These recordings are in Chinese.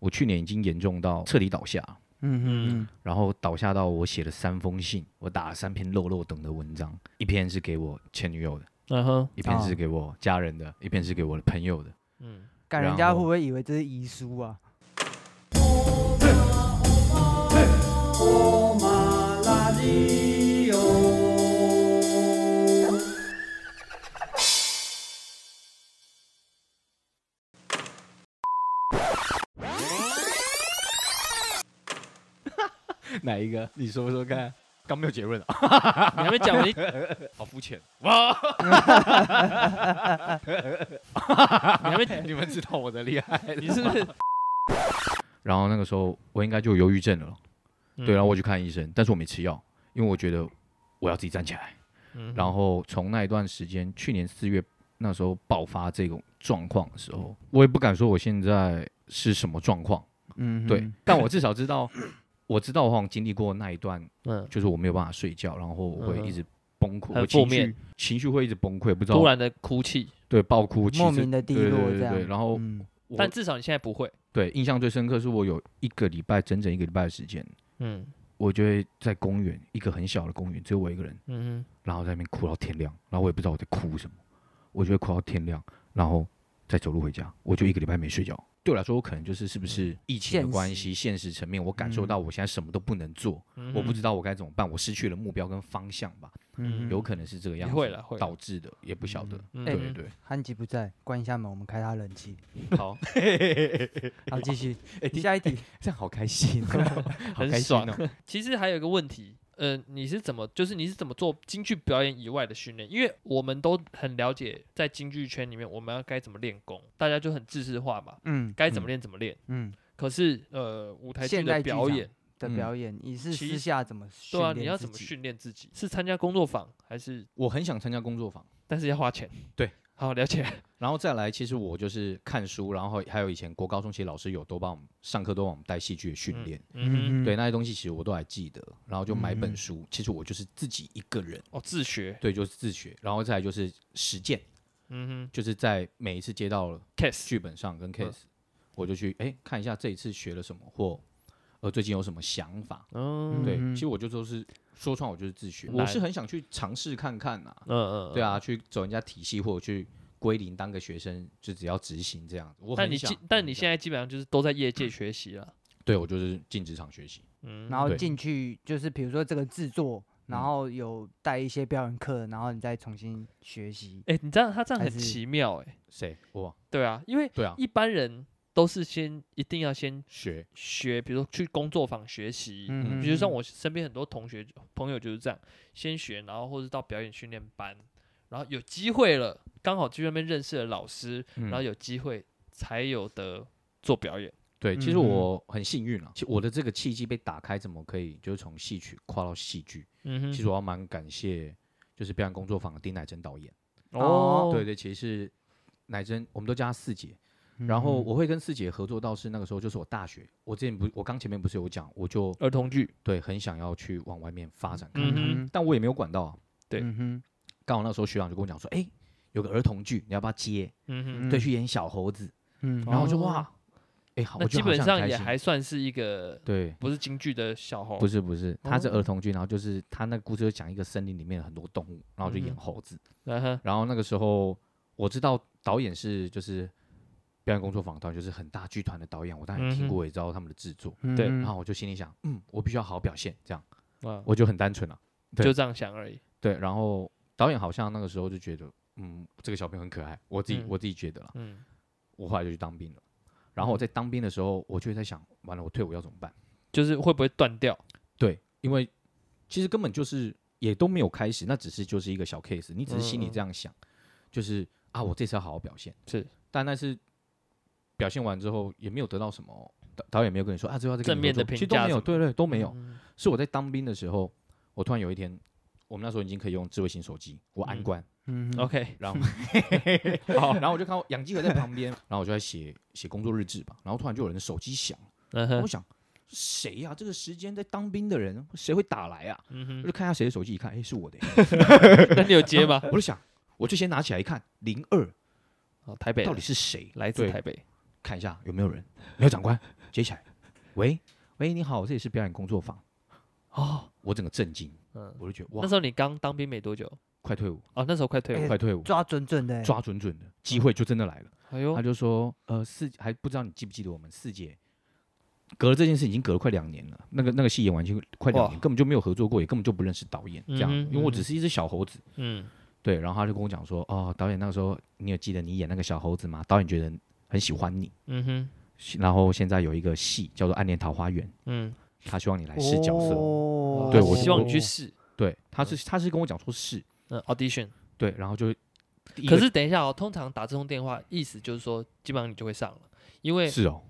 我去年已经严重到彻底倒下，嗯嗯然后倒下到我写了三封信，我打了三篇肉肉等的文章，一篇是给我前女友的，嗯哼，一篇哦是给我家人的，一篇是给我的朋友的。嗯，嗯，干人然家会后不会以为这是遗书啊？ 哪一个？你说说看。刚没有结论啊，你还没讲完，你你 好肤 浅。还没，你们知道我的厉害。你是不是？ 然后那个时候我应该就有忧郁症了，嗯对，然后我去看医生，但是我没吃药，因为我觉得我要自己站起来。嗯然后从那一段时间，去年四月那时候爆发这种状况的时嗯候，我也不敢说我现在是什么状况，嗯，对，但 我至少知道，我知道我好像经历过那一段，嗯，就是我没有办法睡觉，然后我会嗯一直崩溃，很我情负绪面情绪会一直崩溃，不知突道然的哭泣，对爆哭，其实莫名的低对对落对这样对，然后嗯我但至少你现在不会。对印象最深刻是我有一个礼拜整整一个礼拜的时间，嗯我就会在公园一个很小的公园，只有我一个人，嗯然后在那边哭到天亮，然后我也不知道我在哭什么，我就会哭到天亮，然后再走路回家。我就一个礼拜没睡觉。对我来说，我可能就是是不是嗯疫情的现实关系，现实层面，我感受到我现在什么都不能做，嗯哼，我不知道，道我该怎么办，我失去了目标跟方向吧，嗯有可能是这个样子，会了会了导致的，也不晓得。嗯对嗯对汉吉不在，关一下门，我们开他冷气。对，好，好，继续哎，第下一题。这样好开心哦，好 很开心爽哦。其实还有一个问题，呃，你是怎么，就是你是怎么做京剧表演以外的训练？因为我们都很了解，在京剧圈里面，我们要该怎么练功，大家就很自式化嘛， 嗯该怎么练怎么练。嗯可是，呃，舞台剧现的代剧表场演，的嗯表演，你是其私下怎么训对啊，练你要怎么自己？训练自己？是参加工作坊，还是？我很想参加工作坊，但是要花钱。对，好了解。然后再来，其实我就是看书，然后还有以前国高中其实老师有都帮我们上课，都帮我们带戏剧的训练。嗯哼，对那些东西其实我都还记得，然后就买嗯本书。其实我就是自己一个人，哦，自学。对，就是自学，然后再来就是实践，嗯就是在每一次接到了哼，case。剧本上跟 case，、我嗯就去哎看一下这一次学了什么，或呃最近有什么想法。嗯，对，嗯其实我就都是说穿，我就是自学，来我是很想去尝试看看呐、啊嗯，嗯，对啊，去走人家体系或者去归零当个学生，就只要执行这样子。我但很你想基，但你现在在基本上就是都在业界学习了。对我就是进职场学习，嗯，然后对进去就是比如说这个制作，然嗯后有带一些表演课，然后你再重新学习。哎、你这样他这样还很是奇妙哎、谁我忘了对啊，因为对啊一般人都是先一定要先学学，比如说去工作坊学习，嗯比如像我身边很多同学朋友就是这样，先学，然后或者到表演训练班，然后有机会了，刚好去那边认识了老师，嗯然后有机会才有的做表演。对，其实嗯哼我很幸运啊了，其我的这个契机被打开，怎么可以就是从戏曲跨到戏剧？嗯哼其实我要蛮感谢，就是表演工作坊的丁乃真导演。哦，对，对，其实是乃真，我们都叫她四姐。嗯然后我会跟四姐合作到是那个时候，就是我大学，我之前不，我刚前面不是有讲，我就儿童剧，对很想要去往外面发展看嗯看，哼但我也没有管到、啊。对嗯哼，刚好那时候学长就跟我讲说，哎，有个儿童剧，你要不要接？嗯对，去演小猴子。嗯然后我就哦哇，哎，好，那我觉基得好本像很开上也心还算是一个对。不是京剧的小猴，不是，是不是，他是哦儿童剧，然后就是他那个故事就讲一个森林里面有很多动物，然后就演嗯哼猴子。嗯哼，然后那个时候我知道导演是就是表演工作坊团，就是很大剧团的导演，我当然也嗯听哼过，也知道他们的制作。对嗯然后我就心里想，嗯，我必须要好好表现，这样嗯我就很单纯了、对就这样想而已。对，然后导演好像那个时候就觉得，嗯，这个小朋友很可爱，我自己、嗯我自己觉得啦。嗯我后来就去当兵了。然后我在当兵的时候，我就在想，完了我退伍要怎么办？，就是会不会断掉？对，因为其实根本就是也都没有开始，那只是就是一个小 case，你只是心里这样想，就是啊，我这次要好好表现。嗯是，但那是表现完之后也没有得到什么，导导演没有跟你说啊，这要再跟正你面合作的评其实都价没什有，么对对都没有。嗯是我在当兵的时候，我突然有一天，我们那时候已经可以用智慧型手机，我安嗯关，嗯哼 OK，然 后好，然后我就看到杨继和在旁边， 然后我就在写写工作日志吧，然后突然就有人手机响，嗯我哼，想谁呀、这个时间在当兵的人，谁会打来啊？嗯我哼，就看一下谁的手机，一看，哎、是我 的、那你有接 吗？我就想，我就先拿起来一看，零二哦，台北到的底是谁？来自对台北，看一下有没有人，没有长官，接起来，喂喂，你好，这里是表演工作坊。哦，我整个震惊，嗯，我就觉得那哇，时候你刚当兵没多久快退伍，哦，那时候快退伍哎，快退伍，抓准准的欸，抓准准的机会就真的来了。哎呦他，就说，呃，四还不知道你记不记得我们四姐，隔了这件事已经隔了快两年了，那个那个戏演完就快两年，哇根本就没有合作过，也根本就不认识导演，这样，嗯哼因为我嗯只是一只小猴子，嗯，对，然后他就跟我讲说，哦，导演那个时候你有记得你演那个小猴子吗？导演觉得很喜欢你，嗯哼，然后现在有一个戏叫做《暗恋桃花源》，嗯，他希望你来试角色，哦对他我希望你去哦试，对，他是他是跟我讲说是，嗯，audition。对，然后就第一可个是等一下哦，通常打这通电话，意思就是说，基本上你就会上了，因为是哦，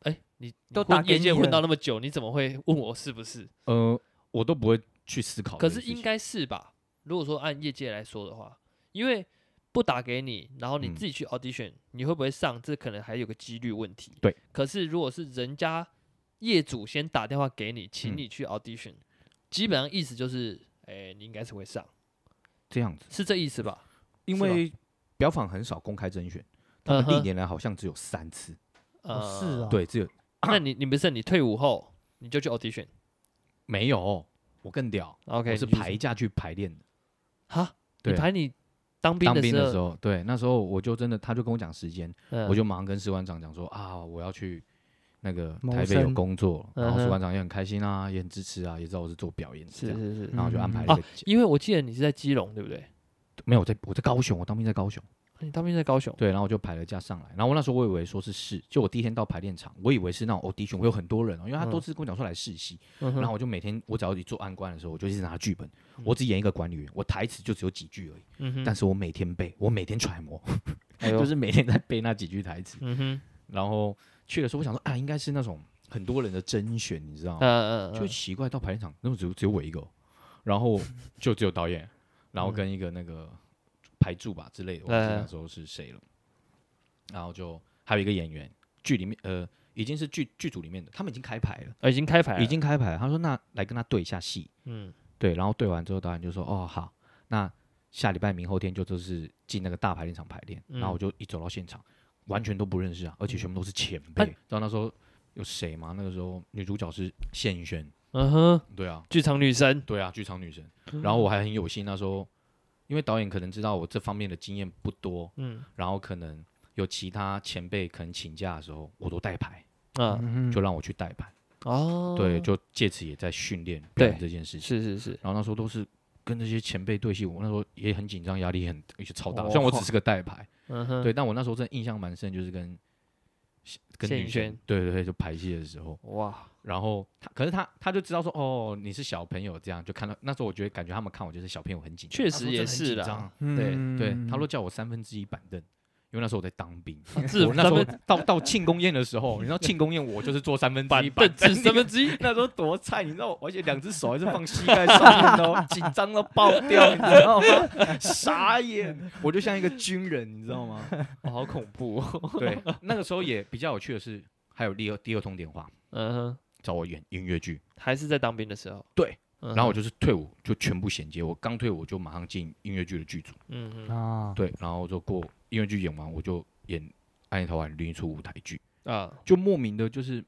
哎，你都你混打给业界你混了到那么久，你怎么会问我是不是？呃，我都不会去思考这可件是事情，应该是吧？如果说按业界来说的话，因为不打给你，然后你嗯自己去 audition，、你会不会上？这可能还有个几率问题。对。可是如果是人家业主先打电话给你，请嗯你去 audition，、基本上意思就是，哎，你应该是会上，这样子，是这意思吧？因是吧为表坊很少公开甄选。他嗯们历哼，年来好像只有三次，哦是呃啊对，只有那你你不是你退伍后你就去 audition？OK，、没有，我更屌， OK，我是哎你去排假去排练的。哈，你对排你当兵当兵的时时候，对，那时候我就真的，他就跟我讲时间，嗯我就马上跟士官长讲说啊，我要去那个谋台北有生工作，然后嗯士哼官长也很开心啊，也很支持啊，也知道我是做表演的这是样，是是，然后就安排嗯了啊一个节。因为我记得你是在基隆，对不对？没有，我在我在高雄，我当兵在高雄，你当兵在高雄，对，然后我就排了假上来，然后我那时候我以为说是试，就我第一天到排练场，我以为是那种 audition，会有很多人哦，因为他嗯都是跟我讲说来试戏，嗯然哼后我就每天，我只要一做案官的时候，我就一直拿剧本，我只演一个管理员，我台词就只有几句而已，嗯哼，但是我每天背，我每天揣摩，哎呦就是每天在背那几句台词。嗯哼，然后去的时候，我想说啊，应该是那种很多人的甄选，你知道吗？嗯嗯，哦就嗯奇怪，到排练场，那么只有只有我一个哦，然后就只有导演，然后跟一个那个排柱吧之类的，我忘记嗯那时候是谁了。然后就还有一个演员，剧里面呃已经是剧剧组里面的，他们已经开牌了，哦已经开牌了，已经开牌了。他说那来跟他对一下戏，嗯对，然后对完之后，导演就说：“哦，好，那下礼拜明后天就就是进那个大排练场排练。然嗯后我就一走到现场，完全都不认识啊，而且全部都是前辈。知道那时候有谁吗？那个时候女主角是谢颖轩，嗯哼，对啊，剧场女神，对啊，剧场女神。嗯然后我还很有幸，那时候因为导演可能知道我这方面的经验不多，嗯然后可能有其他前辈可能请假的时候，我都代排，啊嗯哼就让我去代排。哦，对，就借此也在训练表演对这件事情。是是是，然后那时候都是跟这些前辈对戏，我那时候也很紧张，压力很也超大。哦虽然我只是个代牌，嗯哼，对，，但我那时候真的印象蛮深，就是跟跟谢女颖生轩对对对，就排戏的时候， 哇，然后他可是他他就知道说哦你是小朋友这样，就看到那时候我觉得感觉他们看我就是小朋友很紧张，确实也是啦啦，嗯对，他说叫我三分之一板凳。因为那时候我在当兵，啊 自我那时三候分到到庆功宴的时候，你知道庆功宴我就是坐三分之一板凳凳，子三分之一， 那时候多菜，你知道我，而且两只手还是放膝盖上面的哦，紧张到爆掉， 你知道吗？傻眼，我就像一个军人，你知道吗？哦 好恐怖哦， 对，那个时候也比较有趣的是，还有第二第二通电话嗯哼，找我演音乐剧，还是在当兵的时候，对嗯哼，然后我就是退伍就全部衔接，我刚退伍我就马上进音乐剧的剧组，嗯哼啊，对，然后就过音乐剧演完我就演《暗夜桃花》另一出舞台剧，啊，就莫名的就是，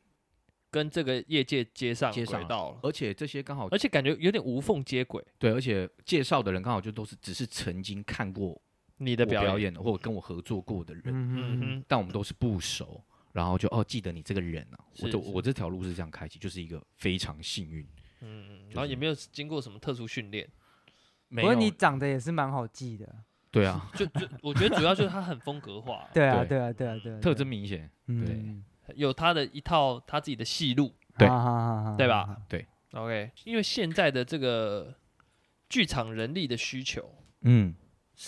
跟这个业界接上接上轨了哦道了，而且这些刚好而且感觉有点无缝接轨，对，而且介绍的人刚好就都是只是曾经看过你的我表表演的或者跟我合作过的人。嗯哼，嗯但我们都是不熟，然后就哦记得你这个人啊，我是就是我这条路是这样开启，就是一个非常幸运，哼，嗯，就然后是也没有经过什么特殊训练，没不过有你长得也是蛮好记的，对啊，就就我觉得主要就是它很风格化，对啊， 对对啊，对啊，对啊，特征明显，对有他的一套他自己的戏路，对对对吧？啊对，OK，因为现在的这个剧场人力的需求，嗯，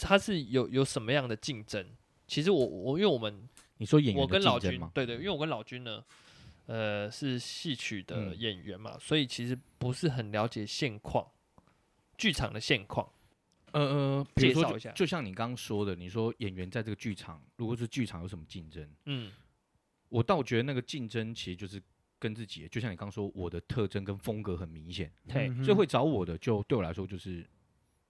它是有有什么样的竞争？其实我我因为我们你说演我员的跟老竞争嗯君吗？对对，因为我跟老君呢，呃，是戏曲的嗯演员嘛，所以其实不是很了解现况，剧场的现况。呃呃，比如说介绍就一下就像你刚刚说的，你说演员在这个剧场，如果是剧场有什么竞争，嗯我倒觉得那个竞争其实就是跟自己，就像你刚说我的特征跟风格很明显，嘿所以会找我的就对我来说就是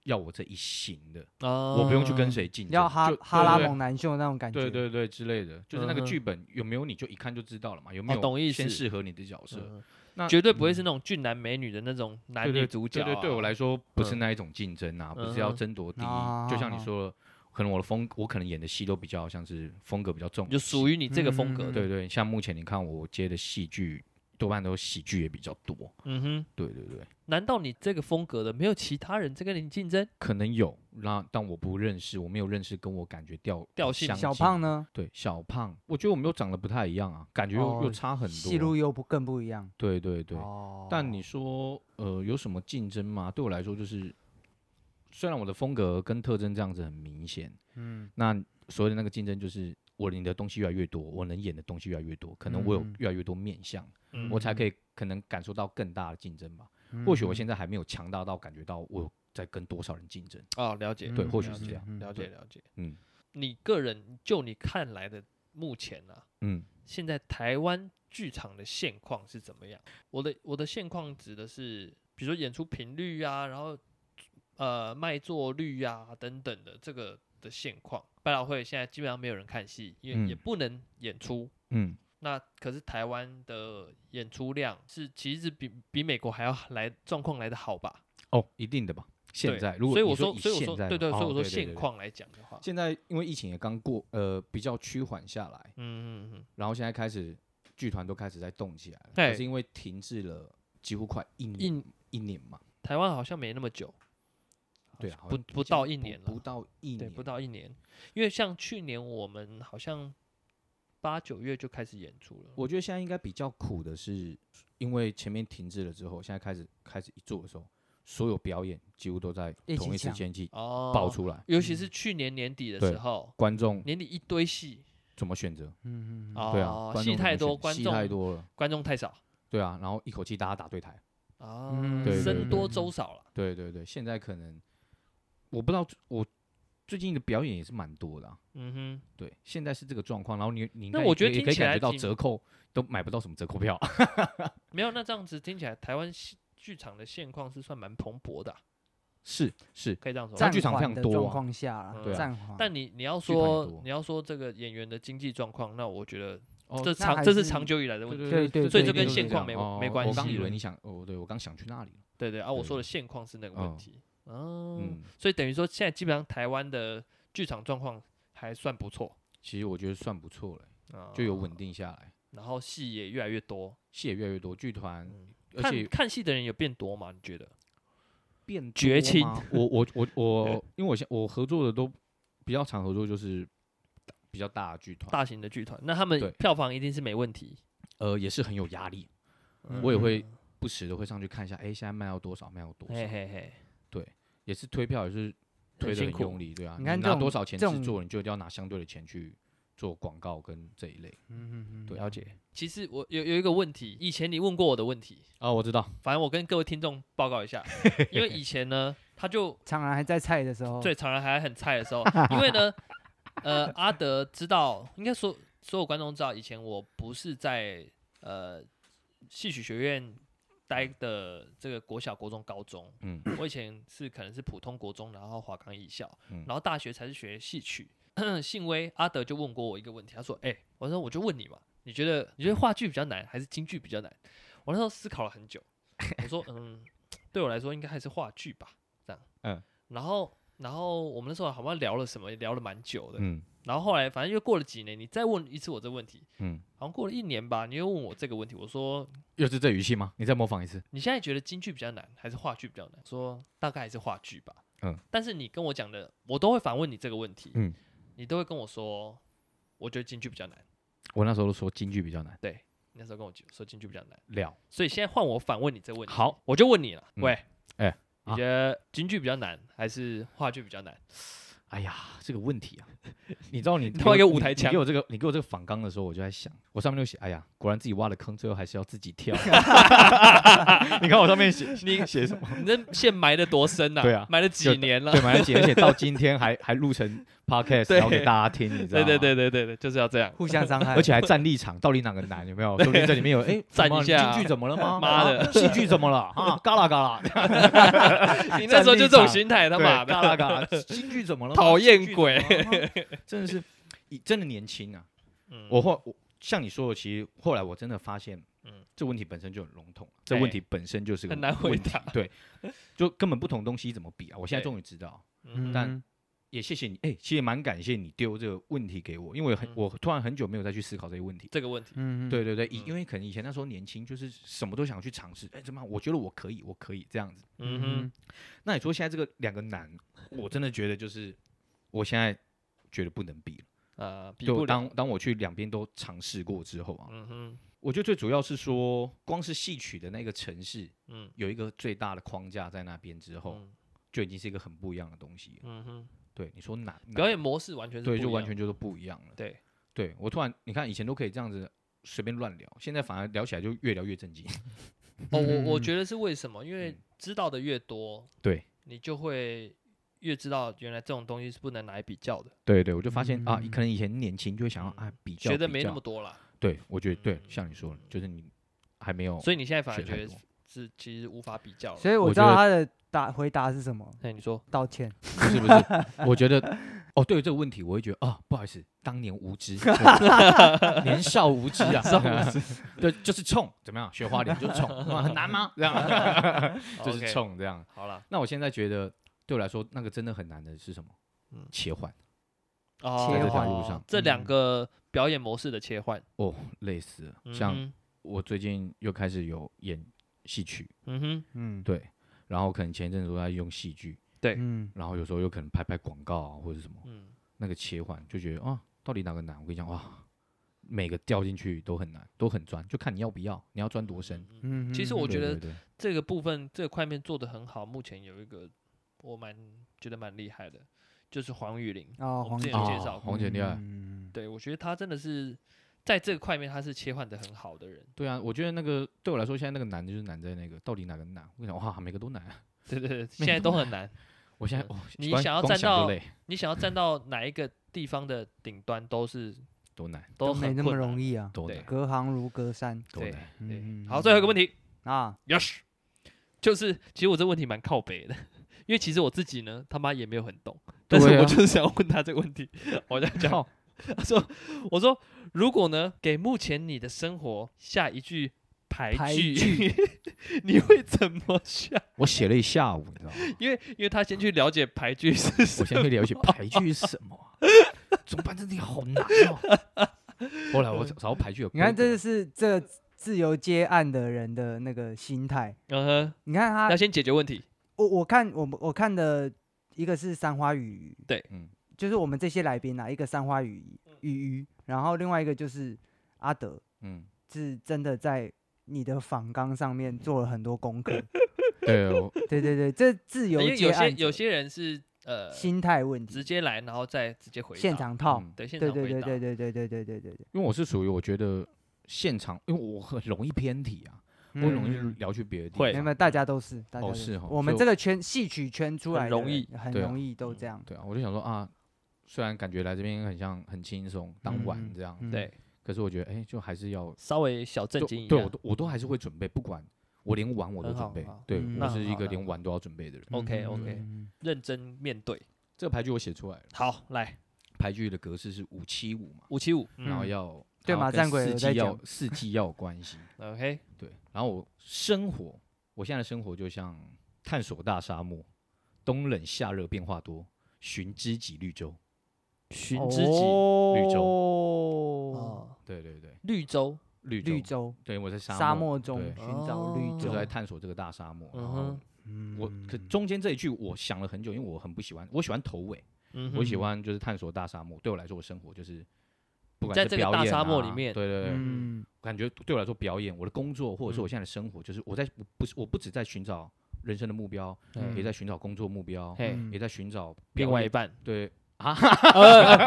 要我这一型的，啊，我不用去跟谁竞争，要哈就哈拉对对猛男秀那种感觉。对对对之类的，就是那嗯个哼剧本有没有你就一看就知道了嘛，有没有懂意先思适合你的角色？嗯那绝对不会是那种俊男美女的那种男对女对主角啊、对对，对我来说不是嗯那一种竞争啊，不是要嗯哼争夺第啊一。就像啊你说，可能我的风，我可能演的戏都比较像是风格比较重你的就戏，属于你这个风格嗯的，对对，像目前你看我接的戏剧，多半都喜剧也比较多。嗯哼。对对对，难道你这个风格的没有其他人在跟你竞争？可能有，那但我不认识，我没有认识跟我感觉调调性相小近胖呢，对小胖，我觉得我们又长得不太一样啊，感觉又、哦又差很戏多。路又不更不一样。对对对，哦但你说呃有什么竞争吗？对我来说就是，虽然我的风格跟特征这样子很明显，嗯，那所谓的那个竞争就是我领的东西越来越多，我能演的东西越来越多，可能我有嗯越来越多面相，嗯我才可以可能感受到更大的竞争吧。嗯或许我现在还没有强大到感觉到我在跟多少人竞争。哦，了解，对嗯或许了是解这样嗯了解对了解。嗯你个人就你看来的目前啊，嗯，现在台湾剧场的现况是怎么样？我的我的现况指的是，比如说演出频率啊，然后呃卖座率啊等等的这个的现况。百老汇现在基本上没有人看戏，因为嗯也不能演出。嗯，那可是台湾的演出量是其实比比美国还要来状况来的好吧？哦，一定的吧。现对在，如果所以你我说说，以所以我现说，在对对，嘛所以哦我说对对现对况来讲的话，现在因为疫情也刚过，呃，比较趋缓下来，嗯嗯嗯，然后现在开始剧团都开始在动起来了，对可是因为停滞了几乎快一年一一年嘛，台湾好像没那么久，对啊，好好不像不将到一年了，不到一对，年，不到一年，因为像去年我们好像八九月就开始演出了，我觉得现在应该比较苦的是，因为前面停滞了之后，现在开始开始一做的时候，所有表演几乎都在一同起一时抢间去哦，爆，出来，尤其是去年年底的对时候，观众年底一堆戏，怎么选择？嗯嗯嗯，对哦啊，观戏众怎太么选多观戏太众多了，观众太少对啊，然后一口气大家打对台，啊，嗯对对僧对多粥少了，对对对，现在可能我不知道我最近的表演也是蛮多的、啊。嗯对，现在是这个状况，然后你你应那该我也觉得也听可以起感来觉到挺折扣都买不到什么折扣票， 哼，没有，那这样子听起来台湾戏剧场的现况是算蛮澎湃的啊、是是，可以这样说在吗。暂剧场非缓常的多状啊况下啦对啊暂缓。但你你要剧团也说多你要说这个演员的经济状况，那我觉得哦这那长还这是是长久以来的问对题。对对对，所以对这跟就是现这况样没哦没哦关我刚系以了为你想，哦，对我刚想去那里了，对对啊，我对说的现况是那个问嗯题。哦，嗯，所以等于说现在基本上台湾的剧场状况还算不错，其实我觉得算不错了，啊就有稳，定下来，然后戏也越来越多，戏也越来越多，剧团嗯而看且啊看戏的人也变多嘛？你觉得？变绝多情吗 我我我 我，因为我现我合作的都比较常合作，就是比较大的剧团，大型的剧团，那他们对票房一定是没问题。呃，也是很有压力，嗯我也会不时的会上去看一下，哎，现在卖到多少，卖到多嘿少，嘿嘿，也是推票也是推的辛很苦用力，对啊，你看这拿种多少钱这制种作，你就一定要拿相对的钱去做广告跟这一类。嗯嗯嗯，对啊了解。其实我有有一个问题，以前你问过我的问题，哦，我知道，反正我跟各位听众报告一下，因为以前呢，他就常然还在菜的时候，最常人还很菜的时候，因为呢，呃，阿德知道，应该所所有观众知道，以前我不是在呃戏曲学院待的这个国小、国中、高中，嗯我以前是可能是普通国中，然后华冈艺校，嗯然后大学才是学戏曲。 幸威阿德就问过我一个问题，他说：“哎、我说我就问你嘛，你觉得你觉得话剧比较难还是京剧比较难？”我那时候思考了很久，我说：“嗯，对我来说应该还是话剧吧。”这样，嗯，然后然后我们那时候好像聊了什么，聊了蛮久的。嗯然后后来反正又过了几年，你再问一次我这问题，嗯，好像过了一年吧，你又问我这个问题，我说又是这语气吗？你再模仿一次。你现在觉得京剧比较难还是话剧比较难？说大概还是话剧吧。嗯，但是你跟我讲的，我都会反问你这个问题。嗯，你都会跟我说，我觉得京剧比较难。我那时候都说京剧比较难你那时候跟我讲说京剧比较难，了，所以现在换我反问你这个问题。好，我就问你了，嗯喂，哎你觉得京剧比较难还是话剧比较难？哎呀，这个问题啊，你知道你你他妈给给我舞台你墙你给我这个你给我这个反纲的时候，我就在想，我上面就写，哎呀，果然自己挖的坑，最后还是要自己跳。 你看我上面写你 写什么？你这线埋的多深呐、对啊埋了就几年了对，。马来姐，而且到今天还还录成 podcast，对然后给大家听，你知道对吗？对对对对对，就是要这样。互相伤害，而且还站立场，到底哪个难？有没有？说不定这里面有哎，哎怎站么一下京剧怎么了吗？ 妈的啊戏剧怎么 了啊？嘎啦嘎啦，你那时候就这种心态，他啊对嘎妈啦的， 嘎啦，京剧怎么了吗？讨厌戏剧怎么鬼了吗，啊真的是，以真的年轻啊！嗯我后我像你说的，其实后来我真的发现，嗯嗯，这问题本身就很笼统，啊这哎问题本身就是个很难回问题答。对，就根本不同东西怎么比啊？我现在对终于知道，嗯但也谢谢你，哎，其实蛮感谢你丢这个问题给我，因为我很嗯我突然很久没有再去思考这些问题。这个问题，嗯，嗯，对对对，以嗯因为可能以前那时候年轻，就是什么都想去尝试。哎，怎么样？我觉得我可以，我可以这样子。嗯哼，那你说现在这个两个难，我真的觉得就是我现在觉得不能比了。呃，比就不了，当当我去两边都尝试过之后啊，嗯哼，我觉得最主要是说，光是戏曲的那个城市嗯有一个最大的框架在那边之后，嗯就已经是一个很不一样的东西了。嗯哼，对，你说难，表难演模式完全是对不就一完样全就是不一样了。对，对我突然你看以前都可以这样子随便乱聊，现在反而聊起来就越聊越正经。哦，我我嗯觉得是为什么？因为嗯知道的越多， 对，你就会越知道原来这种东西是不能拿来比较的，对对，我就发现、啊，可能以前年轻就会想要嗯啊比较，学的比嗯没那较么多啦，对，我觉得对嗯，像你说的，就是你还没有，所以你现在反而哦学太觉得多是其实无法比较了。所以我我知觉得道他的答回答是什么，那你说，道歉。不是不是，我觉得哦，对于这个问题，我会觉得啊，不好意思，当年无知，我年少无知啊，对，就是冲，怎么样，雪花脸就是冲，哇很难吗？这 样 就是臭。冲这样。好了，那我现在觉得对我来说，那个真的很难的是什么嗯？切换哦，切换路上这两嗯个表演模式的切换，哦，累死了。嗯像哼我最近又开始有演戏曲，嗯哼，嗯，对，然后可能前一阵子都在用戏剧，嗯，然后有时候又可能拍拍广告啊或者什么，嗯，那个切换就觉得啊，到底哪个难？我跟你讲哇，每个掉进去都很难，都很钻，就看你要不要，你要钻多深。嗯嗯嗯，其实我对觉对得对这个部分这个块面做的很好，目前有一个我蛮觉得蛮厉害的，就是黄雨玲，哦我黄们之前姐有介哦绍过，黄姐厉害嗯对我觉得她真的是在这个块面她是切换的很好的人，对啊，我觉得那个对我来说，现在那个难就是难在那个到底哪个难？我跟你讲哇，每个都难啊。对对对，现在都很难，我现在哦，呃你光想要光站想就到累你想要站到哪一个地方的顶端都是都难，都没很那么困难容。易啊，都对难，隔行如隔山。都对难。对嗯，好，最后一个问题题啊， ，yes，就是其实我这问题蛮靠北的，因为其实我自己呢他妈也没有很懂，但是对啊我就是想要问他这个问题，我在讲。靠，他说：“我说，如果呢，给目前你的生活下一句排排句， 你会怎么下？我写了一下午，你知道吗？因为因为他先去了解排句是什我么，先去了解排剧是什么啊、 怎么办？这题好难哦。后来我找找到排剧有规你格，看这就是这个自由接案的人的那个心态。嗯哼，你看他要，先解决问题。我我看我们我看的一个是三花雨，对嗯嗯，就是我们这些来宾啊，一个三花雨雨鱼，然后另外一个就是阿德，嗯，是真的在你的访纲上面做了很多功课。 对，我对对对，这自因由为接有些案有者些人是呃，心态问直题，接来，然后再直接回答。现场套。嗯对，现对场对回对答。对对对对对对对对，因为我是属于我觉得现场，因为我很容易偏题啊，嗯我很容易聊去别的地会方。没有，没有大家都是，大家哦都是哦我所们以这个圈戏曲圈出很来的容人易很对啊容易都这样。对啊，我就想说啊，虽然感觉来这边很像很轻松，当晚嗯这样，嗯对，可是我觉得哎、就还是要稍微小震就惊一对我下。都我都还是会准备，不管我连玩我都很好准备很好，对嗯我那是很一好个那连很玩都要准备的人。 OK，OK 嗯认真面对。这个牌局我写出来了，好，来牌局的格式是五七五嘛，五七五然后嗯要对然后嘛跟战鬼四有季在要讲四季要有关系， ，OK，对，然后我生活，我现在的生活就像探索大沙漠，冬冷夏热变化多，寻知己绿洲。寻哦知己。绿洲哦，哦，对对对，绿洲，绿绿洲，洲对我在沙漠漠中对寻找哦绿就洲是，在探索这个大沙漠。然后嗯我可中间这一句我想了很久，因为我很不喜欢，我喜欢头尾，嗯我哼，喜欢就是探索大沙漠。对我来说，我生活就是不管在是这个表大演沙漠啊里面对对对，嗯感觉对我来说，表演我的工作或者是我现在的生活，就是我在不不是我不止在寻找人生的目标，嗯也在寻找工作目标，嘿，嗯 也在寻找另表外演一半。对，不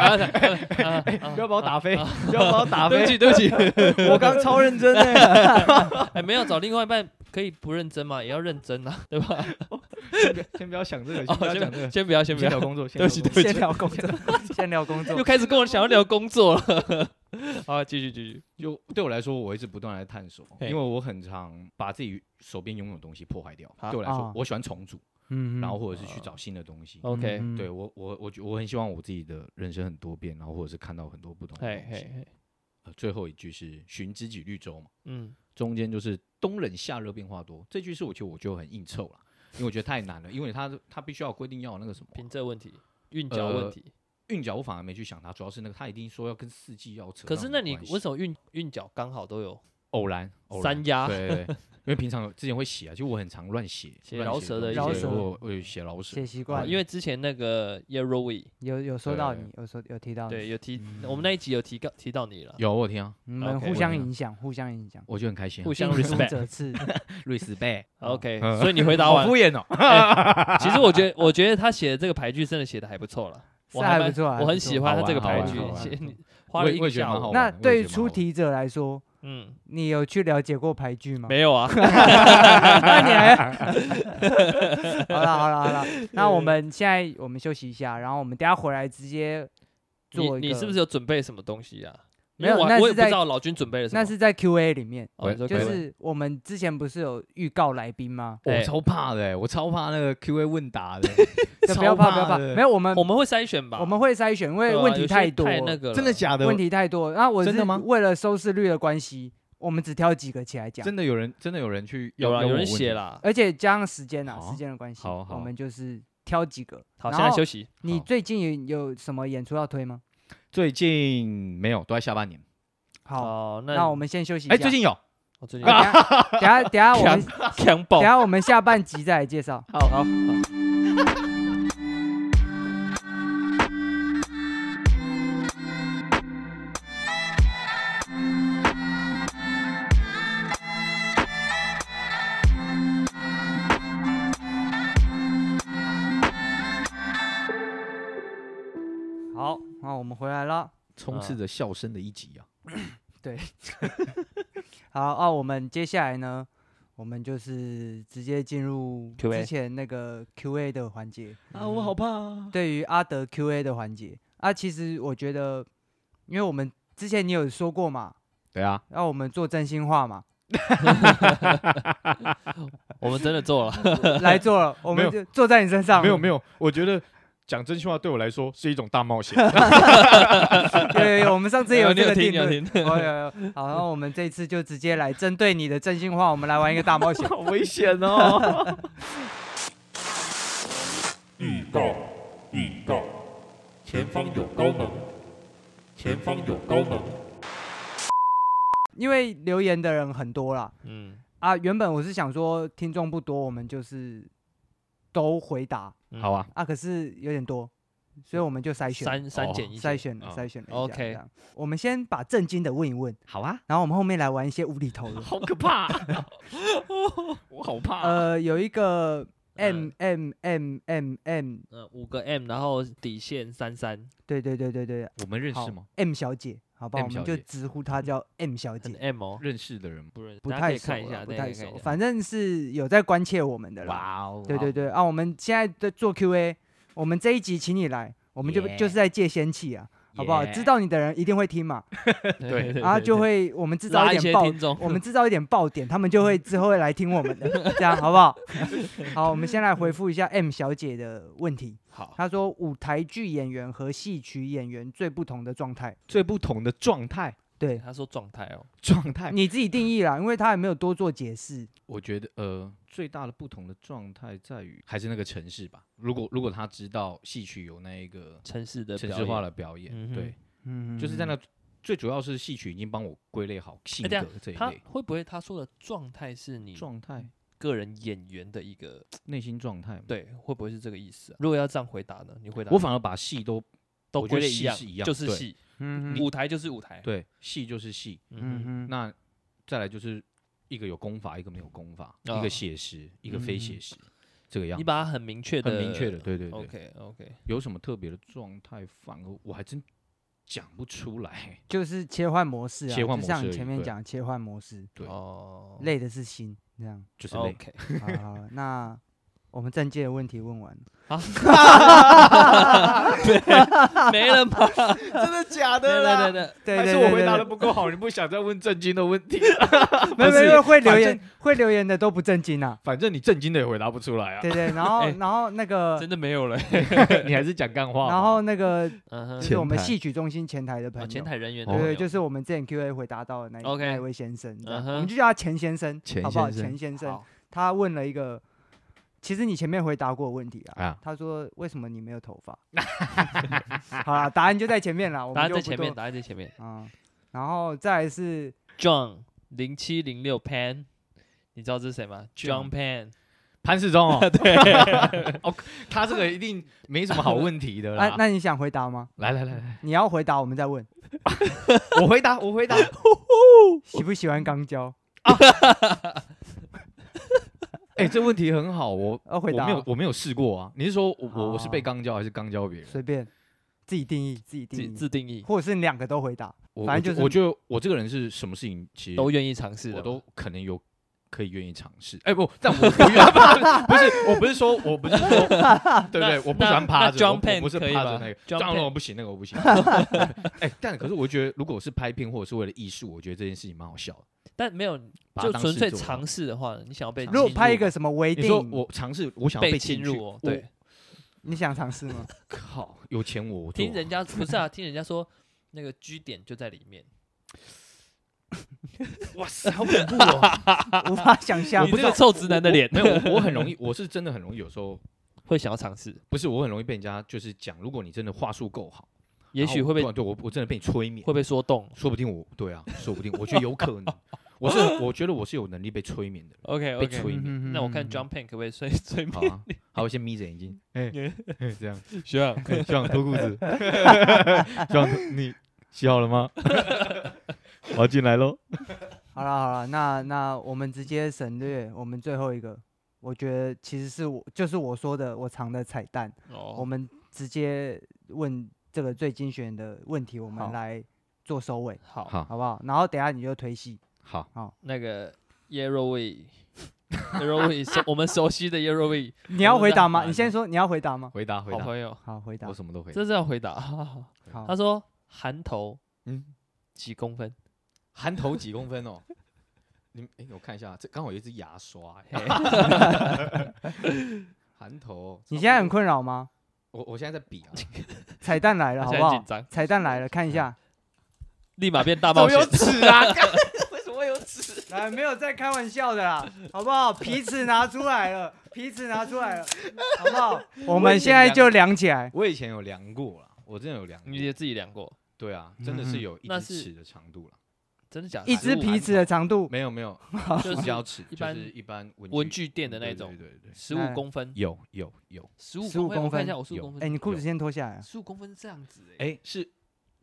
不要把我打飞，啊不要把我打对不飞，起，对不起， 我刚超认真的，哎，没有找另外一半可以不认真嘛，也要认真啊，对吧？先不要先不要想这 个，先不要讲这个先，先不要，先不先聊要，工作，先对不起聊工对作不先聊 工作，先聊工作又。开始跟我想要聊工作了。 好，继续继续。就对我来说，我一直不断地在探索，嘿因为我很常把自己手边拥有的东西破坏掉。啊对我来说啊，我喜欢重组，嗯，然后或者是去找新的东西。 OK，嗯对，我，我我觉我很希望我自己的人生很多变，然后或者是看到很多不同的嘿东嘿西。嘿，呃，最后一句是“寻知己绿洲”嘛，嗯，中间就是“冬冷夏热变化多”这句是我觉得我就很硬凑了，因为我觉得太难了，因为它它必须要有规定要有那个什么凭这问呃题，韵脚问题。韵脚，我反而没去想它，主要是那个它一定说要跟四季要扯上可有关系。是那你为什么韵韵脚刚好都有？偶然偶三然压对对 对因为平常有之前会写啊，就我很常乱写，写乱饶写舌的东一西些对东西我我有写老舍写，习哇惯，因为之前那个 Yellow We 有有说到对你，有说有提到你，对有提，嗯我们那一集有提到提到你了。有我有听啊，你们 OK，互我相知道影响，互相影响，我就很开心啊。互相近朱 respect 者 赤。 瑞斯贝， OK，嗯所以你回答好 完敷，衍哦。其实我觉得我觉得他写的这个排句真的写的还不错了，我是还蛮不错啊我很不错喜欢他好这个玩排好句玩，好写玩你花了 我也一我个也觉得下蛮好午。玩那的我也对于觉得蛮出好玩题者来说，嗯，你有去了解过牌剧吗？没 有啊， 那你还好了好了好了，那我们现在我们休息一下，然后我们等一下回来直接做一你个。你是不是？有准备什么东西啊？因没有为我那还我是也不在知道老君准备了什么。那是在 Q&A 里面，哦你说就就鬼对是我们之前不是有预告来宾吗？我 哎超怕的欸，我超怕那个 Q A 问答 的，就超不要怕不要怕，的没有我们我们会筛选吧？我们会筛选，因为对啊问有题些太多，那个了真的假的？问题太多。那我是真的吗为了收视率的关系，我们只挑几个起来讲，真的有人真的有人去有了了，有人写，啦。而且加上时间啊，好啊时间的关系，好啊好我啊们就是挑几个。好，然现在后休息。你好最近有有什么演出要推吗？最近没有，都在下半年。好，哦，那那我们啊先休息一下。哎，最近有，我最近 等下等下等下我们强等暴。下我们下半集再来介绍。好好好，好，那我们回来了。充斥着笑声的一集啊。好啊，我们接下来呢，我们就是直接进入 Q&A 之前那个 Q&A 的环节。啊，我好怕啊。对于阿德 Q&A 的环节啊，其实我觉得，因为我们之前你有说过嘛，对啊，让我们做真心 话嘛，我们真的做了。来做了，我没们有就坐在你身上。没有没有，有，我觉得讲真心话对我来说是一种大 冒险。有有有，我们上次也有你 这有个听，定 你有论。哦听。有有有，好，那我们这一次就直接来针对你的真心话，我们来玩一个大冒险。好危险哦！预告，预告，前方有高能，前方有高能。因为留言的人很多啦，嗯啊，原本我是想说听众不多，我们就是都回答嗯好啊，啊，可是有点多，所以我们就筛选三三减一些筛选了哦筛选了一下 OK 这样我们先把正经的问一问，好啊，然后我们后面来玩一些无 厘头的。好可怕啊，我好怕啊。呃，有一个 M 嗯 M M M M，嗯，五个 M，然后底线三三，对对对对对，我们认好识吗？ ？M 小姐，好吧， M 我们小就姐直呼她叫 M 小很 姐， M 哦，认识的人吗不认识，不大家可太以熟看一了，下，不大家太可以看一熟，下 反正是有在关切我们的啦。哇哦，对对好，对啊，我们现在在做 Q&A，我们这一集请你来，我们就就是在借仙气啊，好不好？耶知道你的人一定会听嘛，对然后啊就会我们制造拉一点些爆，听众。我们制造一点爆点，他们就会之后会来听我们的，这样好不 好？好，我们先来回复一下 M 小姐的问题。好，她说，舞台剧演员和戏曲演员最不同的状态，最不同的状态，对他说状态哦，状态，你自己定义啦，因为她也没有多做解释。我觉得呃，最大的不同的状态在于还是那个城市吧。如果如果他知道戏曲有那一个城市的城表市化演的表演，嗯哼对，嗯，就是在那最主要是戏曲已经帮我归类好性哎等格下这一他类会不会他说的状态是你状态、个人演员的一个嗯内心状态嘛。对，会不会是这个意思、啊？如果要这样回答呢？你回答我反而把戏都都我觉归得类戏样，是一样就是对戏，嗯哼舞台就是舞台。，对戏就是戏，嗯哎嗯哼，那再来就是一个有功法，一个没有功法，一啊个写实，一个非写嗯实，这个哼，样你子。把它很明确的，很明确的，。对对对。 OK OK，有什么特别的状态？反而我还真讲不出来。 就是切换模式啊，切换就模像式你而已前面对讲的切换模式，对哦，累的是心，这样。就是累。 OK，好，好那我们证件的问题问完了，没了吗？真的 假对对对对，对还对是对我回答的对不够好，你不想再问正经的问题？对，没有没不是有会留反言会留言的都不正经啊， 反正你正经的也回答不出来啊对，对，然后哎然后那个真的没有了。你还是讲干话嘛。然后那个就嗯哼，是我们前台戏曲中心前台的朋哦友，前台人员的哦对朋友，对，就是我们之前 Q&A 回答到的那一 OK 那一位先生，这样嗯哼我们就叫他钱先生，钱好不好？先生钱先生，好他问了一个，其实你前面回答过的问题啊。啊，他说：“为什么你没有头发？” 好啦，答案就在前面啦，我答们案就在不前面，多。答案在前面。嗯，然后再来是 John 零七零六 Pan，你知道这是谁吗？John Pan，潘世忠 哦， 对，他这个一定没什么好问 题的啊啦，。那你想回答吗？来来来来，你要回答，我们再问。我回答，我回 答。喜不喜欢肛交？哎，这问题很好，我要我 回答没有啊，我没有试过啊。你是说我我我是被哦刚教还是刚教别人？随便自己定义，自己自定义，自定义，或者是你两个都回答。我反我正就觉是我觉得我这个人是什么事情其实都愿意尝试的我嘛。都可能有可以愿意尝试。哎、不，但我不愿意，不是，我不是说，我不是说， 对不对？我不喜欢趴着，那我那 John 我不是 Penn 可以趴着吧那个， John 当 Penn 然我不行，那个 我不行。哎、但可是我觉得，如果我是拍片或者是为了艺术，我觉得这件事情蛮好笑 的。但没有，把它就当纯事粹做吧尝试的话，你想要被如果侵拍一入个什么微你说定，我尝试，我想要被侵侵入哦，我对，你想尝试吗？靠，有钱我我做听人家不是啊，听人家说那个 G 点就在里面，哇塞，好恐怖哦！无法想象你。不不知是道臭直男的脸，没有，我我很容易， 我是真的很容易，有时候 会想要尝试，不是我很容易被人家就是讲，如果你真的话术够好，也然许后会被突然对我我真的被你催眠。会被说动。说不定我对啊，说不定我觉得有可能，我是我觉得我是有能力被催眠的人。 OK 被 OK，催嗯哼哼那我看哼 John Pan 可不可以睡睡好眠？ 啊，好，我先眯着眼 睛，哎、哎这样，学长，希望脱裤 子，希望你洗好了吗？我要进来喽。好了好了，那那我们直接省略我们最后一个，我觉得其实是我就是我说的我藏的彩蛋，我 哦，们直接问这个最精选的问题，我们好来做收尾，好，好好不好？然后等一下你就推戏， 好，那个 Yeroway，Yeroway 是我们熟悉的 Yeroway 你要我们回在答吗？喊你呢先说你要回答吗？回答回好答，朋友，好，回答我。什么都回答。这是要回答。好他，说含头嗯，几公分？ 含头几公分哦？你哎、我看一下，这刚好有一只牙刷、嘿 欸，含头。你现在很，困扰吗？我我现在在比啊，彩蛋来了，他好现不在紧好？张，彩蛋来了，看一下。立马变大怎冒么险有。纸啊？为什么有纸？来，没有在开玩笑的啦，好不好？皮尺拿出来了，皮尺拿出来了，好不好？我们现在就量起来。我以前有量过啦，我真的有量 过你。也自己量过，对啊，真的是有一那只是尺的长度了。真的假的？一只皮尺的长度，没有没有，就塑是 胶尺，一就般是一般文文具店的那对种对，对对，十五公分，有有有，十五15我看一公分下，我十五有公分，哎，你裤子先脱下来啊。十五公分这样子、哎、哎，是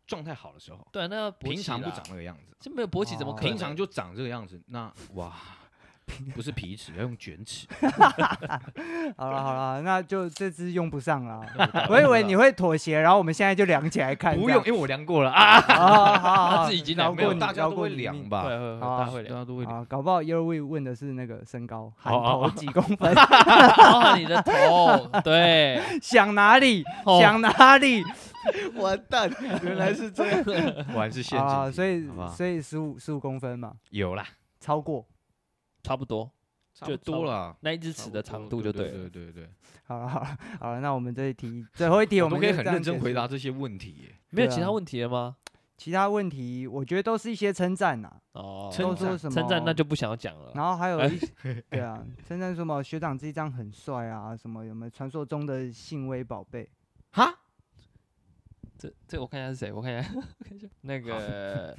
状态好的时候，对啊，那要勃平起常不啦长，那个样子，这没有勃起怎么哦可能？平常就长这个样子，那哇，不是皮尺，要用卷尺，好了好了，那就这只用不上了。对我以为你会妥协，然后我们现在就量起来看。不这用，样因为我量过 了啊，好好好好，他自己已经饶量没过有，你大家饶都过会你一量命会吧，会会，好啊大家会大量，家都会量，啊，搞不好 Yerwin 问的是那个身高，含哦哦头几公分，然后你的 头，对，想哪里哦想哪里完蛋，原来是这样，果然是陷阱啊！题所以好不好所以十五十五公分嘛，有啦，超过。差不多差就不多了。那一只一尺的长度就对了对。对对，好了好了好了，那我们这一题最后一题，对我我们们可以就很这样认真结回束答这些问题耶，没有对啊其他问题了吗？其他问题，我觉得都是一些称赞呐，哦，称都赞说什么称赞那就不想要讲了。然后还有一些，对啊，称赞什么学长这一张很帅啊，什么有没有传说中的信威宝贝？哈，这这我看一下是谁，我看一下， 我看一下那个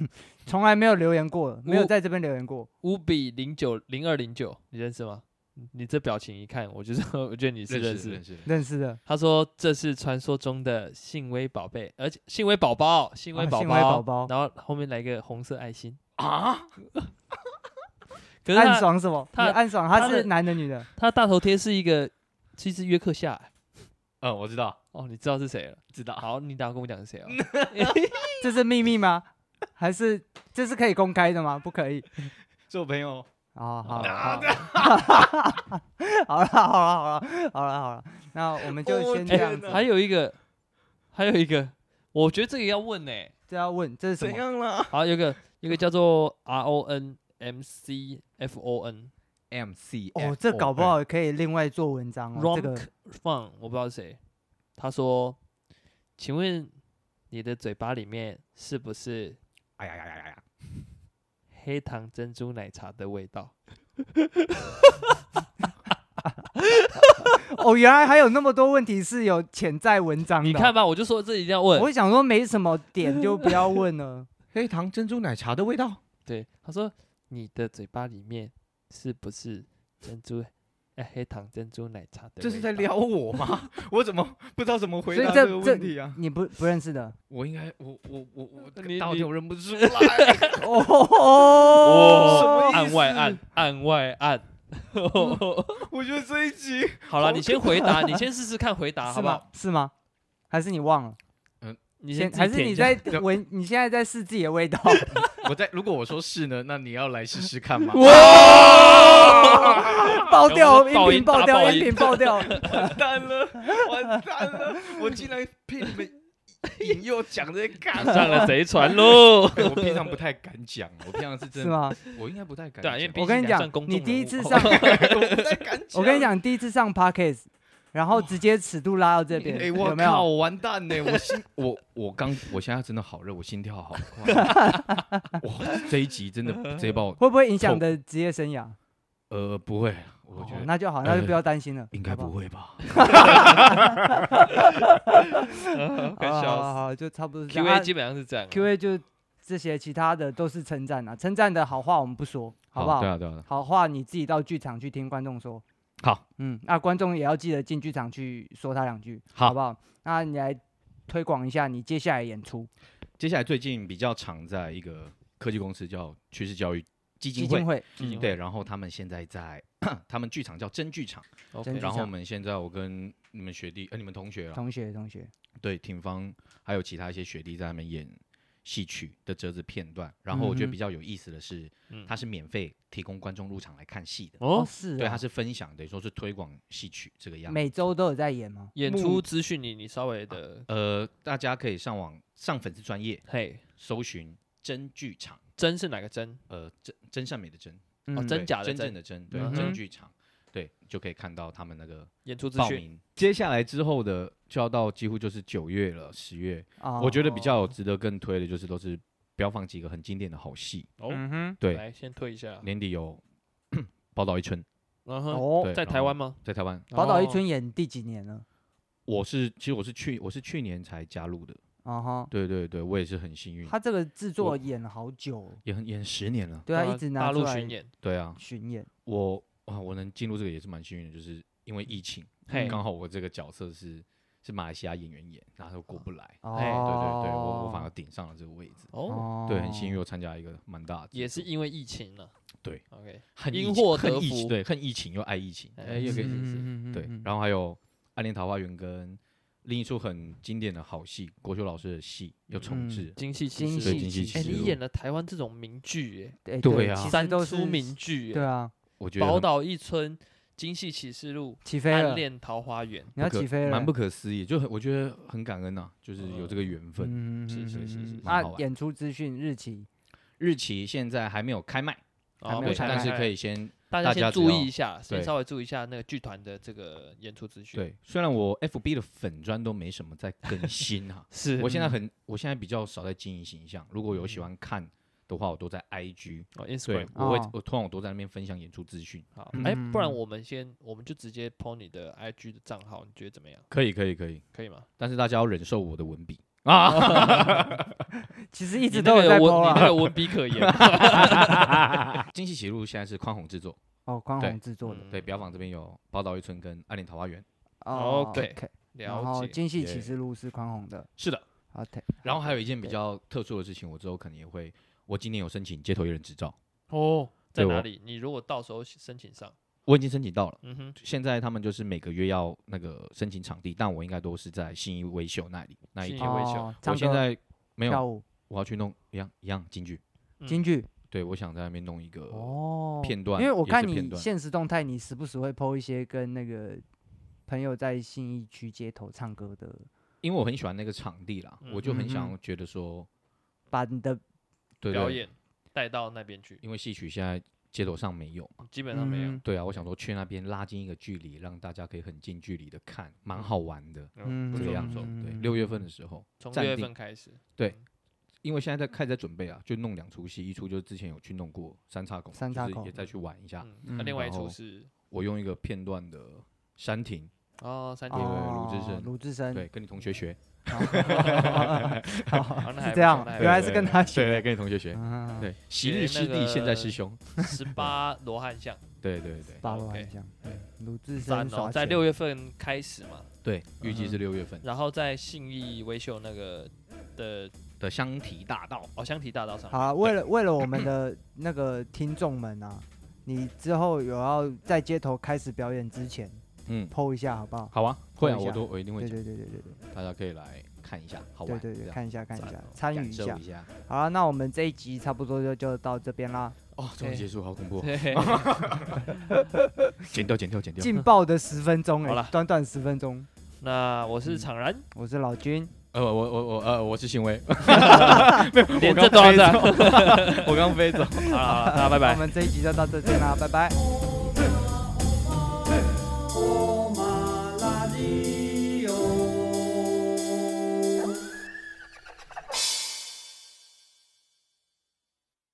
从来没有留言过，没有我在这边留言过。乌比零九零二零九，你认识吗？你这表情一看，我就知道，我觉得你是认识。认识，认识的他说这是传说中的信威宝贝，而且信威宝宝，信威啊宝信威宝宝然后后面来个红色爱心啊。 可是暗他爽什么？你他暗爽，他他是的男的女的？他大头贴是一个，其实约克夏欸嗯，我知道。哦，你知道是谁了？知道好，你等下跟我讲是谁哦。这是秘密吗？还是这是可以公开的吗？不可以做朋友，哦，好，好啊好了，好了，好了，好了，好了，那我们就我先这天样子哪。还有一个，还有一个，我觉得这个要问呢、这要问这是什怎么样啦好，有一个一个叫做 R O N M C F O N ？M C 哦，这搞哎不好可以另外做文章哦。这 Ronk 个 Fun，我不知道是谁，他说，请问你的嘴巴里面是不是哎呀呀呀呀呀！黑糖珍珠奶茶的味道？哦，原来还有那么多问题是有潜在文章的哦。你看吧，我就说这一定要问。我想说没什么点就不要问了。黑糖珍珠奶茶的味道，对，他说你的嘴巴里面是不是珍珠？哎，黑糖珍珠奶茶的这是味在道撩我 吗？我怎么不知道怎么回所以答这个这问题啊？你不不认识 的我应该，我我我我你， 到底你我认不出来。哦， 什么意案外思案，案外案。嗯我觉得这一集， 好了，好你先回答，你先试试看 回答，是好不吗好？？是吗？还是你忘了？你先自己还是舔你一下在闻？你现在在试自己的味 道？我在如果我说是呢，那你要来试试看吗？ 爆我掉！们音爆音频爆大掉！爆音音频爆掉！完蛋了，完蛋了！ 我竟然被你们引诱讲这些干 话。上了贼船喽 哎我平常不太敢讲，我平常是真是 的，吗？我应该不太敢对讲。哎啊因为毕我跟竟你还讲算公，众你第一人物次 上， 我不太敢讲。我跟你，讲，第一次上 podcast，然后直接尺度拉到这边，哎，有我没靠，有？完蛋呢！我心， 我我刚，我现在真的好热，我心跳好快。 哇，这一集真的直接把我，会不会影响痛你的职业生涯？呃，不会，我哦觉得那就好，那就不要担心了。应好该不好。会吧。 快好好好笑死。好，就差不多是这 Q 样。 A 啊基本上是这样啊。 Q A 就这些，其他的都是称赞啊，称赞的好话我们不说，好不好？对啊，对啊。对啊好话你自己到剧场去听观众说，好，嗯，那观众也要记得进剧场去说他两句，好好不好？那你来推广一下你接下来演出接下来最近比较常在一个科技公司叫趋势教育基基金会金，会，基金嗯会对，然后他们现在在他们剧场叫真剧场，真 OK，剧然后我场们现在我跟你们学弟，呃，你们同学啊，同学同学，对，挺方还有其他一些学弟在那边演戏曲的折子片段，然后我觉嗯得哼比较有意思的是，嗯它是免费提供观众入场来看戏的，哦哦，是对，啊它，是分享，等于说是推广戏曲这个样子。每周都有在演吗？演目出资讯你你稍微的呃，大家可以上网上粉丝专业嘿，搜寻真剧场，真是哪个真？呃，真真善美的真。哦嗯真对假的真真正的真，对，嗯真哼剧场，对，就可以看到他们那个演出资报讯。名。接下来之后的就要到几乎就是九月了，十月，哦我觉得比较有值得更推的就是都是标放几个很经典的好戏，哦，嗯对，来先退一下。年底有 宝岛一村，然哼，哦，后对，在然台后湾吗？在台湾，宝岛一哦村演第几年了？我是其实我是去我是去年才加入的，哦哈，对对对，我也是很幸运，他这个制作我演了好久哦，也很也十年了，对啊，大一直拿大出陆来巡演。对啊，巡演，我啊我能进入这个也是蛮幸运的，就是因为疫情，嘿，刚好我这个角色是是马来西亚演员演，然后又过不来，哦，哎对对对，我我反而顶上了这个位置，哦，哦，对，很幸运，我参加一个蛮大的制作，也是因为疫情了。对，OK，很因疫情祸恨得疫情福对，恨疫情又爱疫情，哎哎，又可是以解是释，嗯对，后然后还有《暗恋桃花源》跟另一出很经典的好戏，国修老师的戏又重嗯置，京戏京骑士。对戏京戏其哎，实你我演了台湾这种名剧，哎，对对对啊其实三都出是名剧，对啊，我觉《得宝很岛一村》《京戏启示录》起《飞暗了，恋桃花源》。你要不可起飞了，蛮不可思议，就很我觉得很感恩呐，就是有这个缘分。嗯，是是嗯嗯是是嗯是蛮啊好，玩演出资讯日期日期现在还没有开卖，还哦没有对，开但是卖哎可以先大家大先家只注要意一下，先对稍微注意一下那个剧团的这个演出资讯。，对，虽然我 FB 的粉砖都没什么在更新啊 哈，是我现在嗯很，我现在比较少在经营形象。如果有喜欢看的话，我都在 IG，哦对 Instagram 我会哦，我通常我都在那边分享演出资讯。好，嗯哎，不然我们先，我们就直接 PO 你的 IG 的账号，你觉得怎么样？可以，可以，可以，可以吗？但是大家要忍受我的文笔啊， 其实一一直都有在文，播你那啊。个文笔 可言。 《惊喜喜录》现在是宽宏制作，哦，宽对宏制作的嗯对，标坊这边有《宝岛一村》跟《暗恋桃花源》，哦 OK， ，OK，然了后解。京戏耶启示录是宽宏的是的。 ，OK，然后还有一件比对较特殊的事情，我之后可能也会，我今年有申请街头艺人执照，哦，在对我哪里？你如果到时候申请上，我已经申请到了。嗯哼，现在他们就是每个月要那个申请场地，但我应该都是在信义威秀那里那一信义条。威哦秀我唱现歌在没有跳舞我要去弄一样一样京剧，嗯京剧对我想在那边弄一个哦，片段，因为我看也是片你段现实动态，你时不时会 PO 一些跟那个朋友在信义区街头唱歌的，因为我很喜欢那个场地啦，嗯我就很嗯想觉得说，把你的对表对，演带到那边去，因为戏曲现在街头上没有嘛，基本上没有。嗯对啊，我想说去那边拉近一个距离，让大家可以很近距离的看，蛮好玩的。嗯，嗯不这错样不错，对，嗯六月份的时候，从暂六月定份开始，因为现在在开始在准备啊，就弄两出戏，一出就是之前有去弄过三叉拱，三叉就拱是也再去玩一下。嗯，那嗯另外一啊然出后是我用一个片段的山亭，哦三天，哦，对对对鲁智深，对，跟你同学嗯学，好，啊那还是这不错样那还，不原来错是跟他对学，对，跟你同学学，啊， 对，昔日师弟，现在师兄，十八罗汉像，对对对八罗 OK，汉像，对对，鲁智赞深哦，耍在钱六月份开始嘛，对，预计是六月份然后在信义维修那个的的香堤大道。哦香堤大道上好，啊，为了为了我们的那个听众们啊，你之后有要在街头开始表演之前嗯， ，PO 一下好不好？好啊，会啊，一我下都我一定会对对讲，对对对对大家可以来看一下，好对玩，对这对，样看一下看一赞下哦，参与感一受下一。下。好了，那我们这一集差不多就就到这边啦。哦，终于结束，好恐怖哦！对，剪掉，剪掉，剪掉。劲爆的十分 钟、好哎啦，短短十分钟。那我是常然，我是老君，呃，我我我呃，我是行为，连 这都要这样，好我刚飞走。了好了，大家那拜拜我。们这一集就到这边啦，拜拜。